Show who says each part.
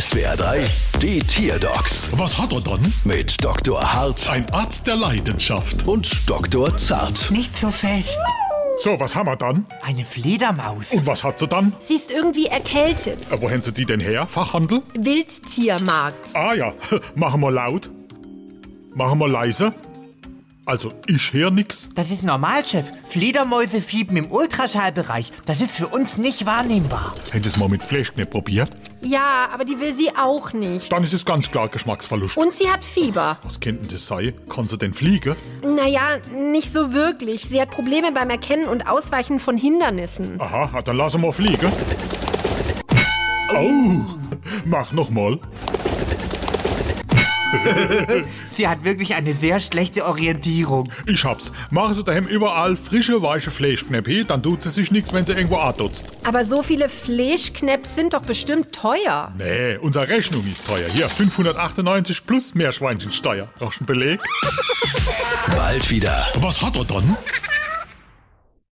Speaker 1: SWR 3, die Tierdocs
Speaker 2: Was hat er dann?
Speaker 1: mit Dr. Hart
Speaker 2: Ein Arzt der Leidenschaft.
Speaker 1: und Dr. Zart.
Speaker 3: Nicht so fest.
Speaker 2: So, was haben wir dann?
Speaker 3: Eine Fledermaus.
Speaker 2: Und was hat sie dann?
Speaker 4: Sie ist irgendwie erkältet.
Speaker 2: Äh, wo haben sie die denn her? Fachhandel?
Speaker 4: Wildtiermarkt.
Speaker 2: Ah ja, machen wir laut. Machen wir leise. Also, ich höre nix.
Speaker 3: Das ist normal, Chef. Fledermäuse fiepen im Ultraschallbereich. Das ist für uns nicht wahrnehmbar.
Speaker 2: Hätten sie es mal mit Fleischknepp probiert?
Speaker 4: Ja, aber die will sie auch nicht.
Speaker 2: Dann ist es ganz klar Geschmacksverlust.
Speaker 4: Und sie hat Fieber.
Speaker 2: Was könnte denn das sein? Kann sie denn fliegen?
Speaker 4: Naja, nicht so wirklich. Sie hat Probleme beim Erkennen und Ausweichen von Hindernissen.
Speaker 2: Aha, ah, dann lassen wir fliegen. Oh, mach nochmal.
Speaker 3: Sie hat wirklich eine sehr schlechte Orientierung.
Speaker 2: Ich hab's. Machen Sie daheim überall frische, weiche Fleischknepp hin, dann tut sie sich nichts, wenn sie irgendwo andutzt.
Speaker 4: Aber so viele Fleischknäpps sind doch bestimmt teuer.
Speaker 2: Nee, unsere Rechnung ist teuer. Hier, 598 plus Meerschweinchensteuer. Brauchst du einen Beleg?
Speaker 1: Bald wieder.
Speaker 2: Was hat er dann?